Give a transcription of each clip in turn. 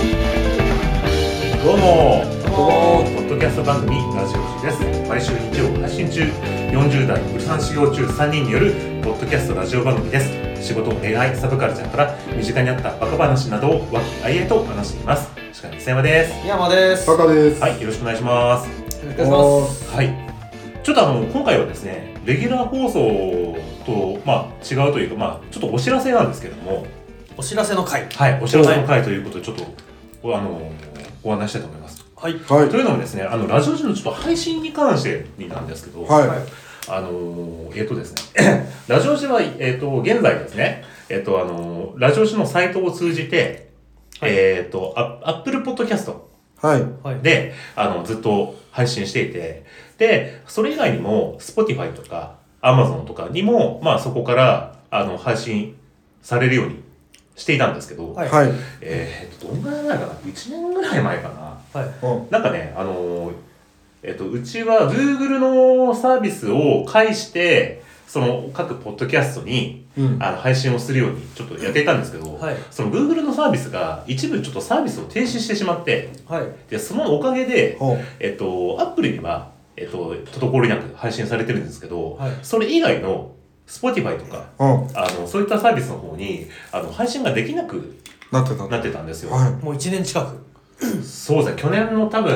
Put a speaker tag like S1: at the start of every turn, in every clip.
S1: どうもこのポッドキャスト番組ラジオジです毎週日曜発信中40代ウルサン修行中3人によるポッドキャストラジオ番組です仕事恋愛サブカルチャーから身近にあったバカ話などを和気あいあいと話しています司会の西山です
S2: 山です。
S3: バカです。
S1: はいよろしくお願いします
S2: お願いします。
S1: はい。ちょっとあの、今回はですね、レギュラー放送と、まあ、違うというか、まあ、ちょっとお知らせなんですけども、
S2: お知らせの会。
S1: はい、お知らせの回ということで、ちょっと、おあの、ご案内したいと思います。
S2: はい。
S3: はい
S1: と。いうのもですね、あの、ラジオ時のちょっと配信に関してになんですけど、
S3: は
S1: あのー、えっ、とですね、 ラジオ時は、えっ、と、現在ですね、えっ、と、あのーラジオ時のサイトを通じて、えっ、と、アップルポッドキャスト
S3: い。はい。
S2: はい。
S1: で、あの、ずっと配信していて、で、それ以外にも、Spotify とか、Amazon とかにも、まあそこから、あの、配信されるようにしていたんですけど、
S2: はい
S3: はい。
S1: えーっと、どんぐらい前かな ?1 年ぐらい前かな
S2: はい。
S3: うん。
S1: なんかね、あの、えっと、うちは Google のサービスを介して、その各ポッドキャストに
S3: うん。
S1: あの配信をするようにちょっとやっていたんですけど、
S2: はい
S1: その Google のサービスが一部ちょっとサービスを停止してしまって、
S2: はい。
S1: でそのおかげで、
S3: ほう
S1: えっと、アップルには、えっと、滞りなく配信されてるんですけど、
S2: はい
S1: それ以外の Spotify とか、
S3: うん。
S1: あの、そういったサービスの方に、あの、配信ができなく
S3: なってたんだ
S1: なってたんですよ。
S3: は
S2: もう一年近く。
S1: そうですね、去年の多分、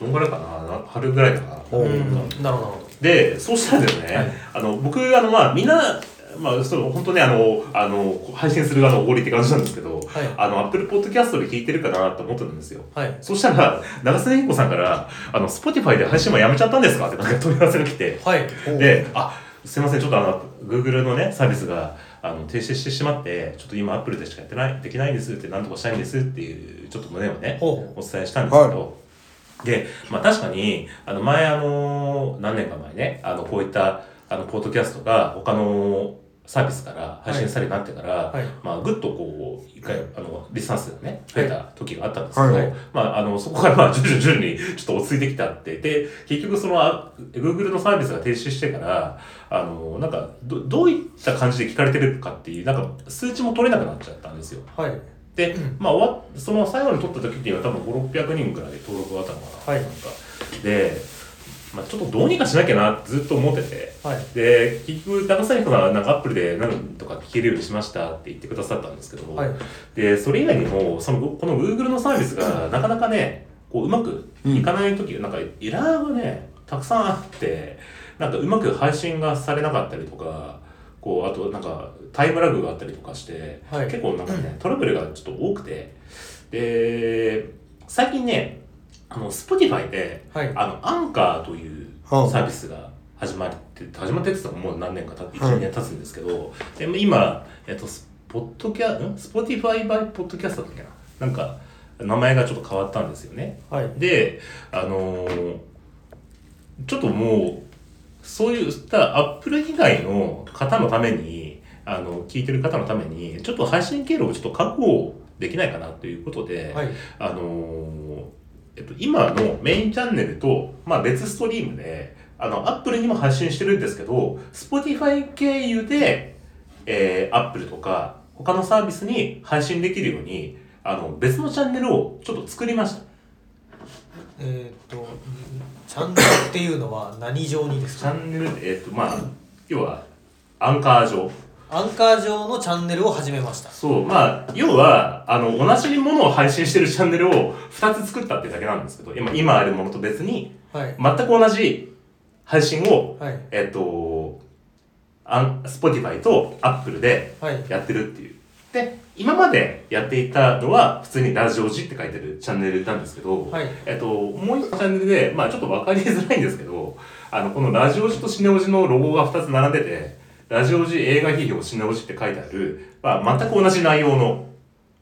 S1: どんぐらいかなな、春ぐらいかな。
S3: うん
S2: なるほ
S1: で、そうしたらですね、
S2: はい
S1: あの、僕、あの、まあ、みんな、まあ、そう、本当ね、あの、あの、配信する側のおごりって感じなんですけど、
S2: はい
S1: あの、Apple Podcast で聞いてるかなと思ってたんですよ。
S2: ど。はい。
S1: そしたら、長瀬彦さんから、あの、Spotify で配信もやめちゃったんですかってなんか問い合わせが来て、
S2: はい。
S3: い。
S1: で、あ、すいません、ちょっとあの、Google のね、サービスが、あの、停止してしまって、ちょっと今 Apple でしかやってない、できないんですって、なんとかしたいんですっていう、ちょっと胸をね、
S2: ほう
S1: お伝えしたんですけど、で、まあ確かに、あの、前あの、何年か前ね、あの、こういった、あの、ポッドキャストが他のサービスから配信されるようになってから、
S2: はい
S1: まあ、ぐっとこう、一回、あの、リスナー数がね、増えた時があったんですけど、
S3: はい
S1: まあ、あの、そこからまあ、徐 々に徐々にちょっと落ち着いてきたって、で、結局その、あ Google のサービスが停止してから、あの、なんか、ど、どういった感じで聞かれてるかっていう、なんか、数値も取れなくなっちゃったんですよ。
S2: はい。
S1: で、まあ、終わっその最後に取った時っていうのは多分5、600人ぐらい登録があったのかな。
S2: はい
S1: なんか。で、まあ、ちょっとどうにかしなきゃなってずっと思ってて、
S2: はい。
S1: で、結局、長崎さんがなんかアップルで何とか聞けるようにしましたって言ってくださったんですけど、
S2: はい。
S1: で、それ以外にも、その、この Google のサービスがなかなかね、こう、うまくいかない時、なんかエラーがね、たくさんあって、なんかうまく配信がされなかったりとか、こう、あとなんかタイムラグがあったりとかして、
S2: はい
S1: 結構なんかね、トラブルがちょっと多くて、で、最近ね、あの、Spotify で、
S2: はい
S1: あの、アンカーというサ
S3: はい
S1: ービスが始まって、始まってって言ってももう何年か経って、
S3: はい
S1: 1年経つんですけど、でも今、えっと、スポッドキャ、んスポティファイバイポッドキャストだっけななんか、名前がちょっと変わったんですよね。
S2: はい。
S1: で、あのーちょっともう、そういったアップル以外の方のために、あの、聞いてる方のために、ちょっと配信経路をちょっと確保できないかなということで、
S2: はい。
S1: あのーえっと、今のメインチャンネルと、まあ、別ストリームで、あの、アップルにも発信してるんですけど、Spotify 経由で、えー、アップルとか、他のサービスに配信できるように、あの、別のチャンネルをちょっと作りました。
S2: えっと、チャンネルっていうのは何上にです
S1: チャ
S2: か
S1: ンネル、えっ、と、まあ、要は、アンカー上。
S2: アンカー上のチャンネルを始めました。
S1: そう、まあ、要は、あの、同じものを配信してるチャンネルを2つ作ったってだけなんですけど、今今あるものと別に、
S2: はい。
S1: 全く同じ配信を、
S2: はい。
S1: えっ、と、アン、Spotify と Apple で
S2: はい。
S1: やってるっていう。で、今までやっていたのは、普通にラジオジって書いてるチャンネルなんですけど、
S2: はい
S1: えっと、もう一個チャンネルで、まあちょっとわかりづらいんですけど、あの、このラジオジとシネオジのロゴが2つ並んでて、ラジオジ映画批評シネオジって書いてある、まあ全く同じ内容の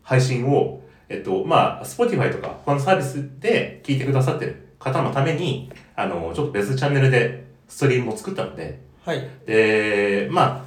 S1: 配信を、えっと、まあ Spotify とか他のサービスで聞いてくださってる方のために、あの、ちょっと別チャンネルでストリームを作ったので、
S2: はい。
S1: で、ま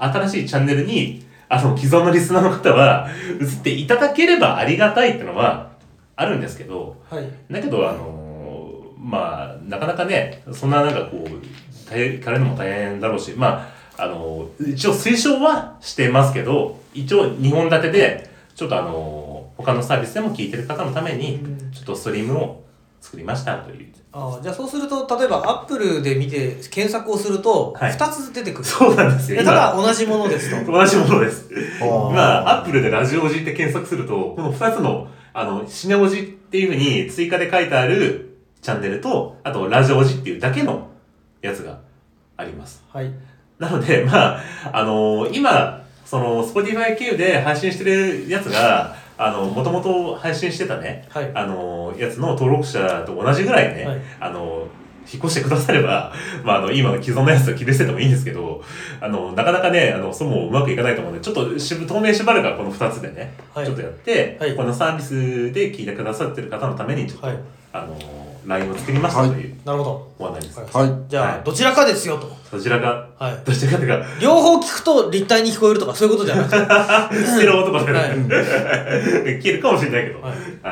S1: あ、新しいチャンネルに、あの、既存のリスナーの方は、映っていただければありがたいってのは、あるんですけど、
S2: はい
S1: だけど、あのーまあ、なかなかね、そんななんかこう、大変、彼のも大変だろうし、まあ、あのー一応推奨はしてますけど、一応2本立てで、ちょっとあのー他のサービスでも聞いてる方のために
S2: うん、
S1: ちょっとストリームを作りましたという。
S2: あーじゃあそうすると例えばアップルで見て検索をすると
S1: はい
S2: 2つ出てくる、
S1: そうなんですよ。
S2: でただ同じものですと
S1: 同じものです。
S3: あー
S1: 今、アップルでラジオおじって検索すると、この二つの、あの、シネおじっていうふうに追加で書いてあるチャンネルと、あと、ラジオおじっていうだけのやつがあります。
S2: はい
S1: なので、まあ、あの今、その、Spotify 経由で配信してるやつが、あの、もともと配信してたね、
S2: はい
S1: あのやつの登録者と同じぐらいね、
S2: はい
S1: あの引っ越してくだされば、まあ、あの、今の既存のやつを切り捨ててもいいんですけど、あの、なかなかね、あの、そうもうまくいかないと思うので、ちょっとしぶ、当面しばらくはこの2つでね、
S2: はい
S1: ちょっとやって、
S2: はい
S1: このサービスで聞いてくださってる方のために、ちょっと、
S2: はい
S1: あの、LINE を作りましたという
S2: なるほど
S1: お話です。
S2: はい
S3: はい。
S2: じゃあ、
S1: はい
S2: どちらかですよと
S1: どちらが、
S2: はい
S1: どちらかというか、
S2: 両方聞くと立体に聞こえるとかそういうことじゃ なくて
S1: 捨てる男で、
S2: はい
S1: 消えるかもしれないけど。
S2: は
S1: はいい。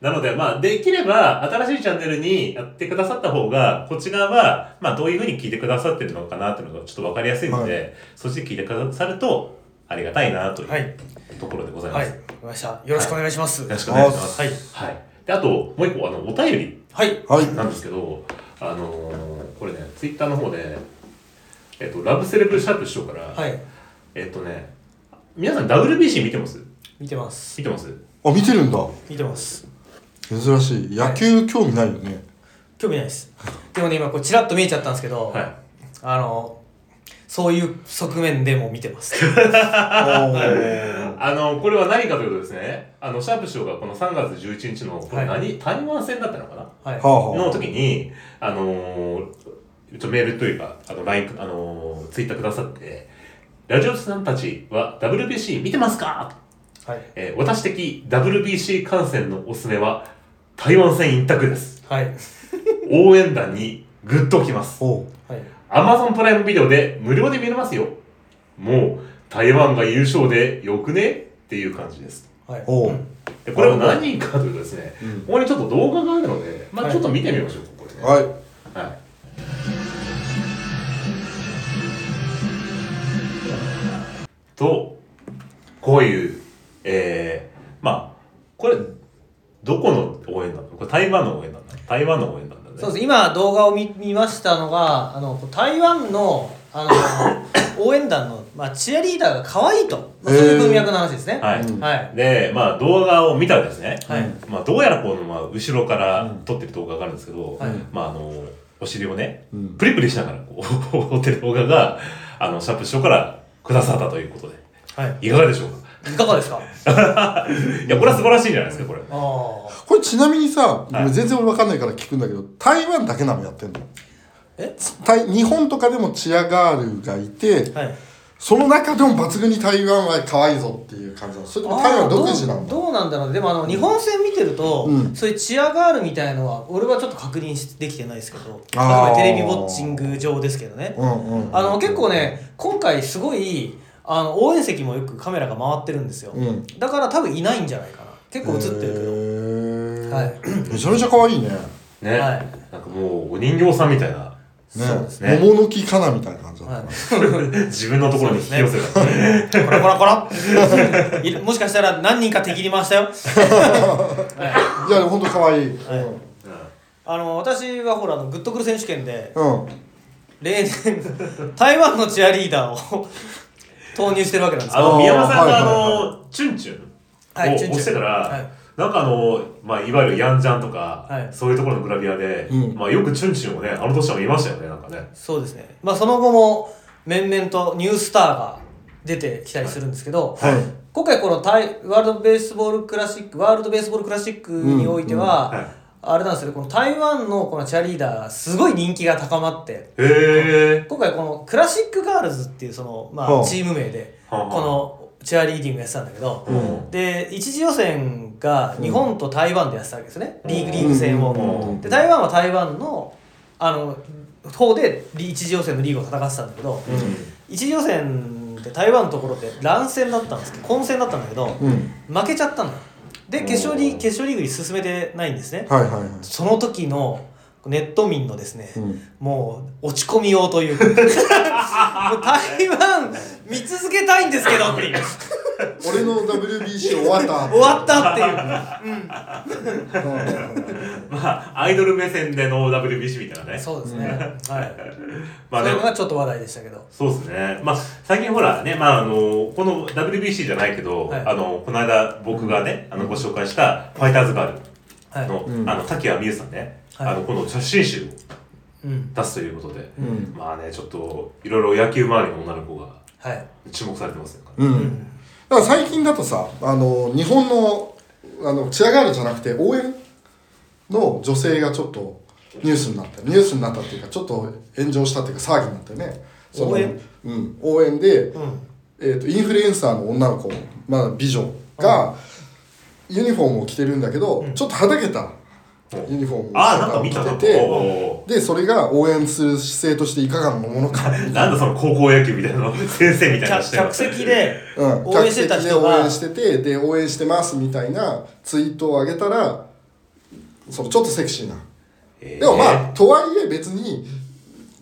S1: なので、まあ、できれば、新しいチャンネルにやってくださった方が、こっち側は、まあ、どういうふうに聞いてくださってるのかなっていうのが、ちょっとわかりやすいので、
S3: は
S1: そっちで聞いてくださると、ありがたいな、とい
S2: はいう
S1: ところでござい
S2: は
S1: ま
S2: い
S1: す。
S2: わかりましたよろしくお願いします
S1: よろしくお願いします。
S2: はい
S1: はい。で、あと、もう一個、あの、お便り
S2: はい
S3: はい。
S1: なんですけど、あのーこれね、ツイッターの方で、えっと、ラブセレブシャープ師匠から、
S2: はい
S1: えっとね、皆さん WBC 見てます
S2: 見てます
S1: 見てます
S3: あ、見てるんだ。
S2: 見てます
S3: 珍しい。野球興味ないよね。
S2: 興味ないですでもね今こうちらっと見えちゃったんですけど、
S1: はい。
S2: あのそういう側面でも見てます
S3: あ
S1: あの、これは何かというとですね、あの、シャープ師匠がこの3月11日の、これ何、台湾戦だったのかな
S2: はい
S3: ーはあ
S1: の
S3: は
S1: 時に、あのーちょっとメールというか、あの、LINE、あのー、ツイッターくださって、ラジオさんたちは WBC 見てますか
S2: はい
S1: えー私的 WBC 観戦のおすすめは、台湾戦一択です。
S2: はい
S1: 応援団にグッときます。
S3: あ。おう
S2: はい、
S1: Amazon プライムビデオで無料で見れますよ。もう、台湾が優勝でよくねっていう感じです。
S2: はい、
S3: おう。
S1: でこれは何かというとですね、
S3: うん
S1: ここにちょっと動画があるので、ま
S2: は
S1: あ
S2: い
S1: ちょっと見てみましょう、これね。
S3: はい。
S1: はい。と、こういう、えー、まあ、これ、どこの応援なのこれ台湾の応援なんだ。台湾の応援なんだね。
S2: そうです今動画を見見ましたのがあの台湾のあ の応援団の、まあ、チアリーダーが可愛いと、まあ、そういう文脈の話ですね、
S1: はい。
S3: うん
S2: はい
S1: で、まあ動画を見たらですね、
S2: はい
S1: まあどうやらこの、まあ、後ろから撮ってる動画があるんですけど、
S2: はい
S1: まああの、お尻をね、
S3: うん
S1: プリプリしながらこう、折ってる動画が、あの、シャープ師匠からくださったということで、
S2: はい
S1: かがでしょうか
S2: いかが ですか
S1: いや、これは素晴らしいんじゃないですか、これ。
S2: あー
S3: これちなみにさ、
S1: はい
S3: 全然わかんないから聞くんだけど、台湾だけなのやってんの
S2: え
S3: 台日本とかでもチアガールがいて、
S2: はい
S3: その中でも抜群に台湾は可愛いぞっていう感じなのそれとも台
S2: あー
S3: 湾独自な
S2: ど
S3: の
S2: うどうなんだろうでもあの日本戦見てると、
S3: うん
S2: そういうチアガールみたいのは俺はちょっと確認しできてないですけど
S3: あ
S2: 例え
S3: ー
S2: ばテレビウォッチング上ですけどね
S3: うんうんうん
S2: あの結構ね今回すごいあの応援席もよくカメラが回ってるんですよ、
S3: うん
S2: だから多分いないんじゃないかな結構映ってるけど、は
S3: る
S2: い
S3: けどめちゃめちゃ可愛いね
S1: ね、
S2: はい
S1: なんかもう、お人形さんみたいな、
S2: そうです
S1: ね
S3: 桃の木かなみたいな感じだった
S2: は
S3: な、
S1: 自分のところに引き寄せた、
S2: い、こらこらこらいるもしかしたら何人か敵に回したよ、はい
S3: い、やでもほんと可愛い、
S2: はい
S3: うん
S2: あの私はほらあのグッとくる選手権で
S3: うん
S2: 例年台湾のチアリーダーを投入してるわけなんです
S1: あ
S2: よ
S1: の、宮本さんがあ
S3: はいはい
S1: の、チュンチュン
S2: はい
S1: を
S2: チュンチュン
S1: 押してから、
S2: はい
S1: なんかあの、まあ、いわゆるヤンジャンとか、
S2: はい
S1: そういうところのグラビアで、
S3: うん
S1: まあ、よくチュンチュンをね、あの年は見ましたよね、なんかね。
S2: そうですねまあその後も面々とニュースターが出てきたりするんですけど、
S3: はい
S2: 今回このタイワールドベースボールクラシックワールドベースボールクラシックにおいては、
S1: うんうんはい
S2: あれなんですよねこの台湾のこのチアリーダーがすごい人気が高まって
S1: へえ。
S2: 今回このクラシックガールズっていうその、ま
S3: は
S2: あ、
S3: あ
S2: チーム名でこ
S1: はあはあ
S2: のチアリーディングやってたんだけど、
S1: うん
S2: で一次予選が日本と台湾でやってたわけですね、
S1: うん
S2: リーグリーグ戦を、
S1: うん
S2: で台湾は台湾のあの方でリ一次予選のリーグを戦ってたんだけど、
S1: うん
S2: 一次予選って台湾のところで乱戦だったんですけど混戦だったんだけど
S3: うん
S2: 負けちゃったのよで
S1: おー
S2: 決勝に決勝リーグに進めてないんですね
S3: はいはいはい
S2: その時のネット民のですね、
S3: うん
S2: もう落ち込みようというかもう台湾見続けたいんですけどっていう
S3: 俺の WBC 終わった
S2: 終わったっていう、
S1: まあ、アイドル目線での WBC みたいな
S2: うん、
S1: ね。
S2: そうですね、はい
S1: まあ
S2: そう
S1: で
S2: いうの
S1: も、
S2: がちょっと話題でしたけど
S1: そうですね。まあ、最近ほらね、まああの、この WBC じゃないけど、
S2: はい
S1: あの、この間僕がね、あの、ご紹介したファイターズガール
S2: はい
S1: の、
S3: うん
S1: あの、滝谷美優さんね、
S2: はい
S1: あの、この写真集を
S2: うん
S1: 出すということで、
S3: うん
S1: まあね、ちょっと、いろいろ野球周りの女の子が
S2: はい、
S1: 注目されてますね。
S3: う
S2: うん
S3: だから最近だとさあの日本のあのチアガールじゃなくて応援の女性がちょっとニュースになったニュースになったっていうかちょっと炎上したっていうか騒ぎになったよねその
S2: 応援
S3: うん応援で、
S2: うん
S3: えー、とインフルエンサーの女の子、まあ、美女がユニフォームを着てるんだけど、
S2: うん
S3: ちょっとはだけたユニフォーム
S1: ああ、なんか見た
S3: を
S1: な
S3: 着てて
S1: お
S3: でそれが応援する姿勢としていかがなものかみた
S1: ー
S3: い
S1: なんだその高校野球みたいなの、先生みたいなの
S2: 客
S1: してる
S2: 客席で
S3: うん
S2: 応援してた人
S3: 客席で応
S2: が
S3: 援しててで応援してますみたいなツイートを上げたらそのちょっとセクシーな
S1: えー
S3: でもまあとはいえ別に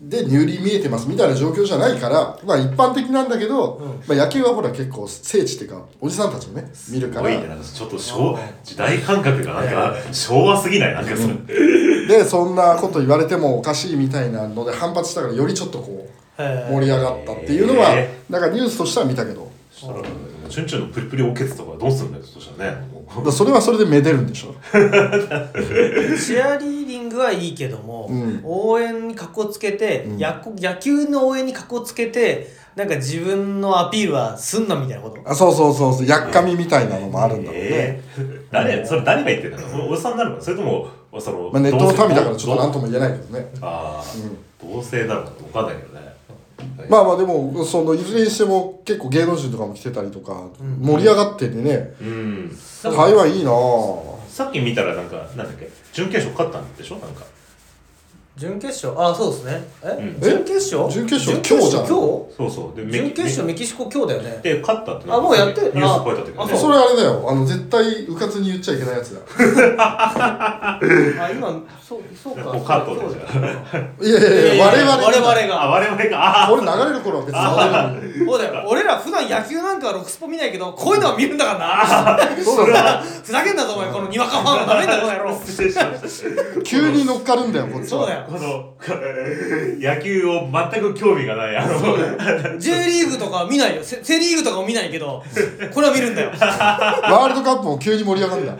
S3: で入輪見えてますみたいな状況じゃないからまあ一般的なんだけど、まあ、野球はほら結構聖地っていうかおじさんたちもね見る
S1: す
S3: か
S1: ご
S3: ら
S1: いね、なんかちょっと昭時代感覚がなんか昭和すぎないなんかそれ、
S3: でそんなこと言われてもおかしいみたいなので反発したからよりちょっとこう
S2: えー
S3: 盛り上がったっていうのは
S1: へ
S3: なんかニュースとしては見たけど
S1: そしたらチュンチュンのプリプリおけつとかどうするんだよそしたらね
S3: だからそれはそれでめでるんでしょ
S2: チアリーディングはいいけども、
S3: うん
S2: 応援にかこつけて、
S3: うん
S2: やこ野球の応援にかこつけてなんか自分のアピールはすんなみたいなこと
S3: あそうそうそうそうやっかみみたいなのもあるんだろうね、
S1: えー誰それ誰が言ってんだろうそのおじさんなのかそれともその、
S3: まあ、ネットの民だからちょっと何
S1: と
S3: とも言えないけどね
S1: ああ、同性なのかわかんないけどね
S3: まあまあでもそのいずれにしても結構芸能人とかも来てたりとか
S2: うん
S3: 盛り上がっててね、
S1: うんなんか
S3: 台湾いいなぁ
S1: さっき見たらなんかなんだっけ準決勝勝ったんでしょなんか
S2: 準決勝あそうですねえ、
S1: うん
S2: 準決勝
S3: 準決勝今日じゃん
S2: 今
S1: そうそうで
S2: 日
S1: メキ
S2: 準決勝
S1: メ
S2: メキシコ今日だよ
S1: キ
S2: ね
S1: で勝ったってなんか
S2: あもうやってる
S1: ニュース超えたって
S2: あ
S1: ね
S2: そう
S3: それあれだよあの絶対うかつに言っちゃいけないやつだ
S2: あ今そうそうか
S1: こうカットで
S2: そうだ
S1: じ
S3: いやいやいや我々
S2: 我々
S1: あ
S2: が
S1: 我々があー
S3: 俺流れる頃は別に 我々
S2: そうだよ俺ら普段野球なんかロクスポ見ないけどこういうのは見るんだから な
S3: そうだ
S2: ふざけんなぞお前このにわかファンがダメだろこの野郎
S1: 失礼しました
S3: 急に乗っかるんだよこっちは
S2: そうだよ
S1: この 野球を全く興味がないあの
S2: J リーグとかは見ないよセセ・リーグとかも見ないけどこれは見るんだよ
S3: ワールドカップも急に盛り上がるんだよ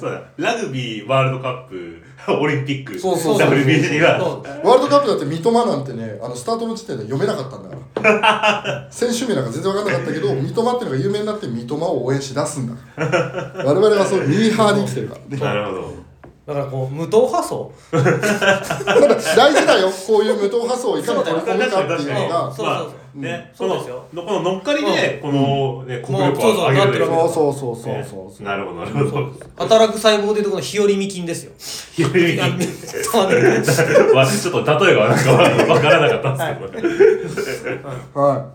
S1: そうだラグビーワールドカップオリンピック
S3: そうそうそう
S1: WBC は
S2: そう
S3: ワールドカップだって三笘なんてねあのスタートの時点で読めなかったんだから 選手名なんか全然分かんなかったけど三笘っていうのが有名になって三笘を応援しだすんだから我々はそうミーハーに生きてるからね
S1: なるほど
S2: だからこう無党派層
S3: ただ大事だよこういう無党派層をいかに取り込むかっていうのが
S2: そうそうそう
S1: まあね
S2: う
S1: こ
S2: ん
S1: の
S2: そうですよ
S1: のこの乗っかりでこのね国
S2: もう
S1: 力を上げるという
S2: そ
S3: そう
S2: う
S3: そうそうそう
S1: ね
S3: そうそう
S1: なるほどなるほど
S2: 働く細胞でいうとこの日和美菌ですよ
S1: いやいやいや
S2: そうね
S1: わちょっと例えがなんかわからなかったんですけど
S3: は
S1: わ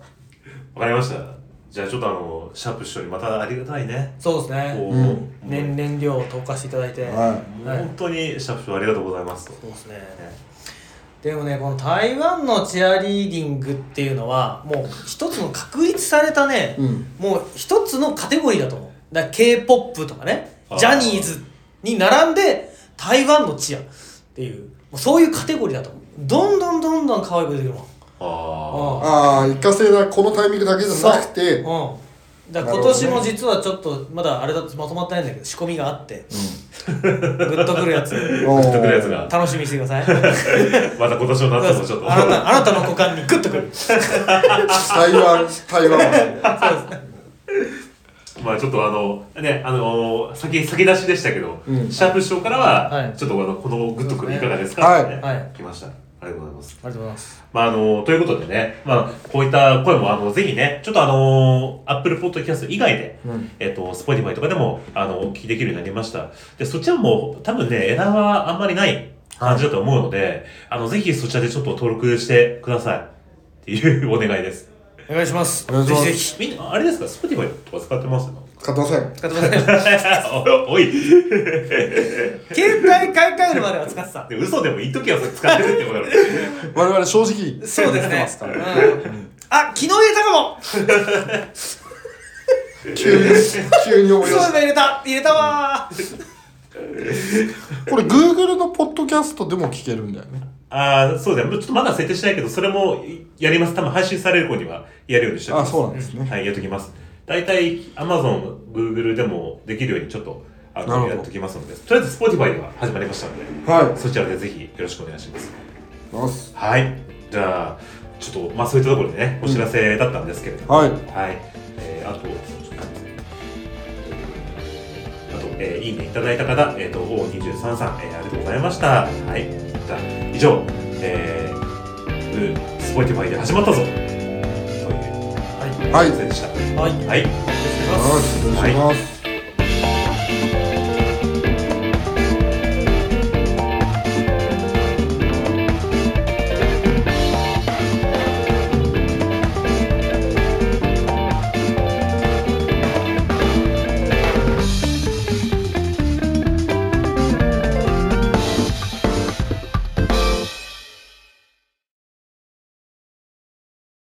S1: かりましたじゃあちょっとあのシャープ師匠にまたありがたいね
S2: そうですね
S1: こう、
S3: うん
S1: もう
S2: 年々量を投下していただいて
S3: いは
S1: もう本当にシャープ師匠ありがとうございますと
S2: そうですねでもねこの台湾のチアリーディングっていうのはもう一つの確立されたね、
S3: いうん
S2: もう一つのカテゴリーだと思うだから k p o p とかね
S1: あー
S2: ジャニーズに並んで台湾のチアっていうもうそういうカテゴリーだと思うどんどんどんどん可愛く出てくるもん
S1: ああ
S3: ああ一過性だこのタイミングだけじゃなくて
S2: うん、だから
S3: なる
S2: 今
S3: ほどね
S2: 年も実はちょっとまだあれだとまとまってないんだけど仕込みがあって、グッとくるやつ
S3: おー
S1: グッとくるやつが
S2: 楽しみにしてくださいあ
S1: また今年の夏もちょっと
S2: なたあなたの股間にグッとくる
S3: 台湾台湾は
S1: まあちょっとあのねあの先先出しでしたけど、
S3: うん
S1: シャープ師匠から
S2: は
S1: はいちょっとあのこのグッとくるいかがですか、
S3: はい
S1: ってね
S2: はい
S1: 来ましたありがとうございます
S2: ありがとうございます
S1: まああのということでねまあこういった声もあのぜひねちょっとあの Apple Podcast 以外で、
S3: うん
S1: えっと Spotify とかでもあのお聞きできるようになりましたでそっちはもう多分ね枝はあんまりない感じだと思うので、あのぜひそちらでちょっと登録してくださいっていうお願いです
S2: お願いします
S3: お願いします
S2: ぜひぜ
S1: みんなあれですか Spotify とか使ってます
S3: 使ってません
S2: ひ使ってください
S1: おい
S2: 携帯買い替えるまでは使ってた
S1: で嘘でも言っときよ使ってるってことだろ
S3: 我々正直
S2: そうです
S3: 使って
S2: ね
S3: ますか
S2: う
S3: ら
S2: んあ昨日入れたかも
S3: 急に急に思い出
S2: そういえ
S3: し
S2: ば入れた入れたわー
S3: たこれ Google のポッドキャストでも聞けるんだよね
S1: ああそうだよちょっとまだ設定しないけどそれもやります多分配信される子にはやるようにしておきます
S3: あそうなんですね
S1: はいやっときます大体 Amazon、Google でもできるようにちょっとあ
S3: なるほ
S1: の
S3: ど
S1: やっときますのでとりあえず Spotify では始まりましたので
S3: はい
S1: そちらでぜひよろしくお願いします
S3: ます
S1: はいじゃあちょっとまあそういったところでねお知らせだったんですけれども、
S3: はい
S1: はい、えー、あと、あと、えー、いいねいただいた方、えっ、ー、と、O23 さん、えー、ありがとうございました。はい、じゃあ、以上、えー、うスポイティファイで始まったぞ。という、
S3: は
S1: はいい、でした。
S2: はい
S1: はい。
S3: よろしくお願いします